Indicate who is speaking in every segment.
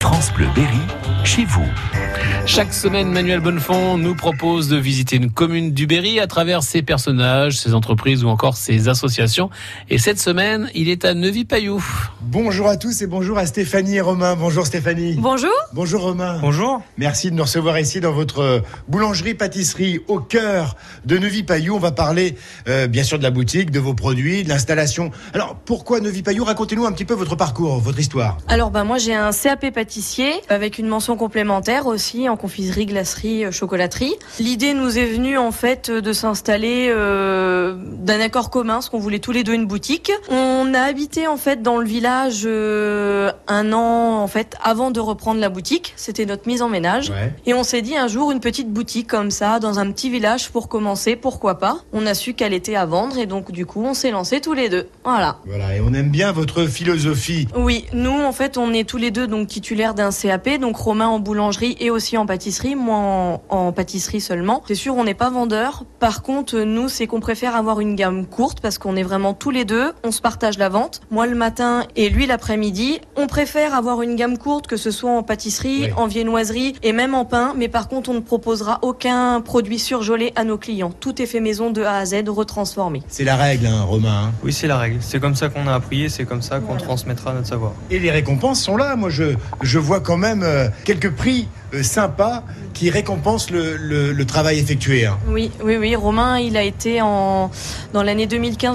Speaker 1: France Bleu Berry, chez vous.
Speaker 2: Chaque semaine, Manuel Bonnefond nous propose de visiter une commune du Berry à travers ses personnages, ses entreprises ou encore ses associations. Et cette semaine, il est à Neuvy-Payoux.
Speaker 3: Bonjour à tous et bonjour à Stéphanie et Romain. Bonjour Stéphanie.
Speaker 4: Bonjour.
Speaker 3: Bonjour Romain.
Speaker 5: Bonjour.
Speaker 3: Merci de nous recevoir ici dans votre boulangerie-pâtisserie au cœur de Neuvy-Payoux. On va parler euh, bien sûr de la boutique, de vos produits, de l'installation. Alors pourquoi Neuvy-Payoux Racontez-nous un petit peu votre parcours, votre histoire.
Speaker 4: Alors ben moi j'ai un CAP pâtissier avec une mention complémentaire aussi en confiserie, glacerie, euh, chocolaterie. L'idée nous est venue en fait euh, de s'installer euh, d'un accord commun, parce qu'on voulait tous les deux une boutique. On a habité en fait dans le village euh, un an en fait avant de reprendre la boutique. C'était notre mise en ménage.
Speaker 3: Ouais.
Speaker 4: Et on s'est dit un jour une petite boutique comme ça dans un petit village pour commencer, pourquoi pas. On a su qu'elle était à vendre et donc du coup on s'est lancés tous les deux. Voilà.
Speaker 3: Voilà, et on aime bien votre philosophie.
Speaker 4: Oui, nous en fait on est tous les deux donc titulaires d'un CAP, donc Romain en boulangerie et aussi en pâtisserie, moi en, en pâtisserie seulement. C'est sûr on n'est pas vendeur, par contre nous c'est qu'on préfère avoir une gamme courte parce qu'on est vraiment tous les deux, on se partage la vente, moi le matin et lui l'après-midi. On préfère avoir une gamme courte que ce soit en pâtisserie,
Speaker 3: Oui.
Speaker 4: en viennoiserie et même en pain, mais par contre on ne proposera aucun produit surgelé à nos clients. Tout est fait maison de A à Z, retransformé.
Speaker 3: C'est la règle, hein, Romain. hein.
Speaker 5: Oui, c'est la règle. C'est comme ça qu'on a appris et c'est comme ça qu'on
Speaker 4: Voilà.
Speaker 5: transmettra notre savoir.
Speaker 3: Et les récompenses sont là. Moi, je, je vois quand même euh, quelques prix euh, sympas qui récompensent le, le- le travail effectué. hein.
Speaker 4: Oui, oui, oui. Romain, il a été en dans l'année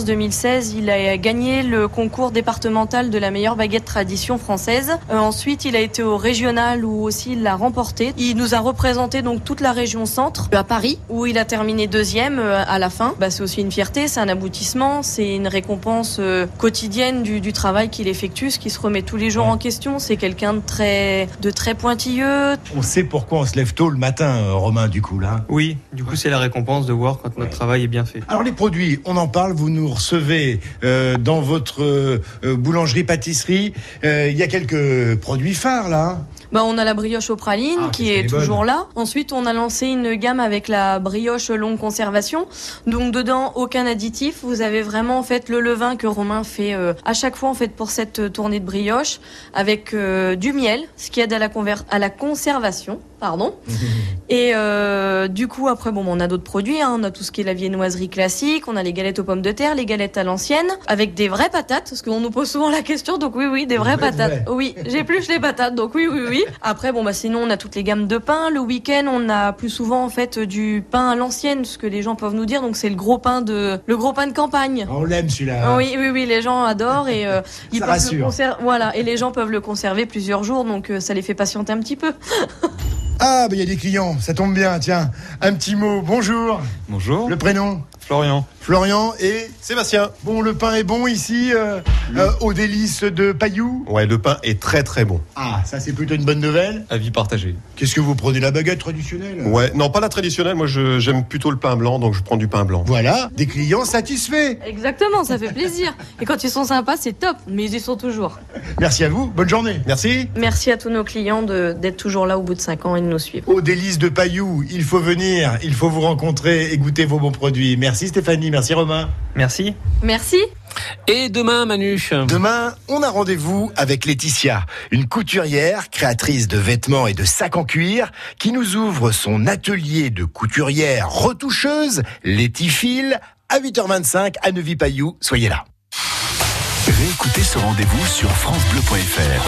Speaker 4: 2015-2016, il a gagné le concours départemental de la meilleure baguette tradition française. Euh, ensuite, il a été au régional où aussi il l'a remporté. Il nous a représenté donc toute la région centre à Paris où il a terminé deuxième euh, à la fin. Bah, c'est aussi une fierté, c'est un aboutissement, c'est une récompense euh, quotidienne du, du travail qu'il effectue, ce qui se remet tous les jours en question. C'est quelqu'un de très de très pointilleux,
Speaker 3: On sait pourquoi on se lève tôt le matin, euh, Romain, du coup, là.
Speaker 5: Oui, du coup, c'est la récompense de voir quand notre travail est bien fait.
Speaker 3: Alors les produits, on en parle, vous nous recevez euh, dans votre euh, euh, boulangerie-pâtisserie. Euh, Il y a quelques produits phares là. hein.
Speaker 4: Bah, on a la brioche au praline
Speaker 3: Ah, qu'est-ce
Speaker 4: qui
Speaker 3: qu'elle
Speaker 4: est
Speaker 3: est
Speaker 4: toujours
Speaker 3: bonne.
Speaker 4: là. Ensuite, on a lancé une gamme avec la brioche longue conservation. Donc dedans, aucun additif. Vous avez vraiment en fait le levain que Romain fait euh, à chaque fois en fait pour cette euh, tournée de brioche avec euh, du miel, ce qui aide à la conver- à la conservation. Pardon. Et euh, du coup, après, bon, bah, on a d'autres produits. hein. On a tout ce qui est la viennoiserie classique. On a les galettes aux pommes de terre, les galettes à l'ancienne, avec des vraies patates, parce qu'on nous pose souvent la question. Donc oui, oui, des vraies
Speaker 3: vraies,
Speaker 4: patates.
Speaker 3: vraies.
Speaker 4: Oui, j'épluche les patates, donc oui, oui, oui. Après, bon, bah, sinon, on a toutes les gammes de pain. Le week-end, on a plus souvent, en fait, du pain à l'ancienne, ce que les gens peuvent nous dire. Donc, c'est le gros pain de, le gros pain de campagne.
Speaker 3: Ah, On l'aime celui-là.
Speaker 4: Oui, oui, oui, les gens adorent et euh, ils peuvent
Speaker 3: rassure.
Speaker 4: le conserver. Voilà, et les gens peuvent le conserver plusieurs jours, donc euh, ça les fait patienter un petit peu.
Speaker 3: Ah, ben il y a des clients, ça tombe bien, tiens. Un petit mot, bonjour.
Speaker 5: Bonjour.
Speaker 3: Le prénom
Speaker 5: Florian.
Speaker 3: Florian et Sébastien. Bon, le pain est bon ici, euh, euh, aux délices de Payoux.
Speaker 6: Ouais, le pain est très très bon.
Speaker 3: Ah, ça c'est plutôt une bonne nouvelle.
Speaker 6: Avis partagé.
Speaker 3: Qu'est-ce que vous prenez la baguette traditionnelle
Speaker 6: Ouais, non, pas la traditionnelle. Moi, je- j'aime plutôt le pain blanc, donc je prends du pain blanc.
Speaker 3: Voilà, des clients satisfaits.
Speaker 4: Exactement, ça fait plaisir. Et quand ils sont sympas, c'est top, mais ils y sont toujours.
Speaker 3: Merci à vous, bonne journée.
Speaker 6: Merci.
Speaker 4: Merci à tous nos clients de- d'être toujours là au bout de 5 ans et de nous suivre.
Speaker 3: Aux délices de Payoux, il faut venir, il faut vous rencontrer et goûter vos bons produits. Merci Stéphanie, merci Romain.
Speaker 5: Merci.
Speaker 4: Merci.
Speaker 2: Et demain, Manu.
Speaker 7: Demain, on a rendez-vous avec Laetitia, une couturière, créatrice de vêtements et de sacs en cuir, qui nous ouvre son atelier de couturière retoucheuse, Latifil, à 8h25 à Neuvy-Payoux. Soyez là.
Speaker 1: Réécoutez ce rendez-vous sur FranceBleu.fr.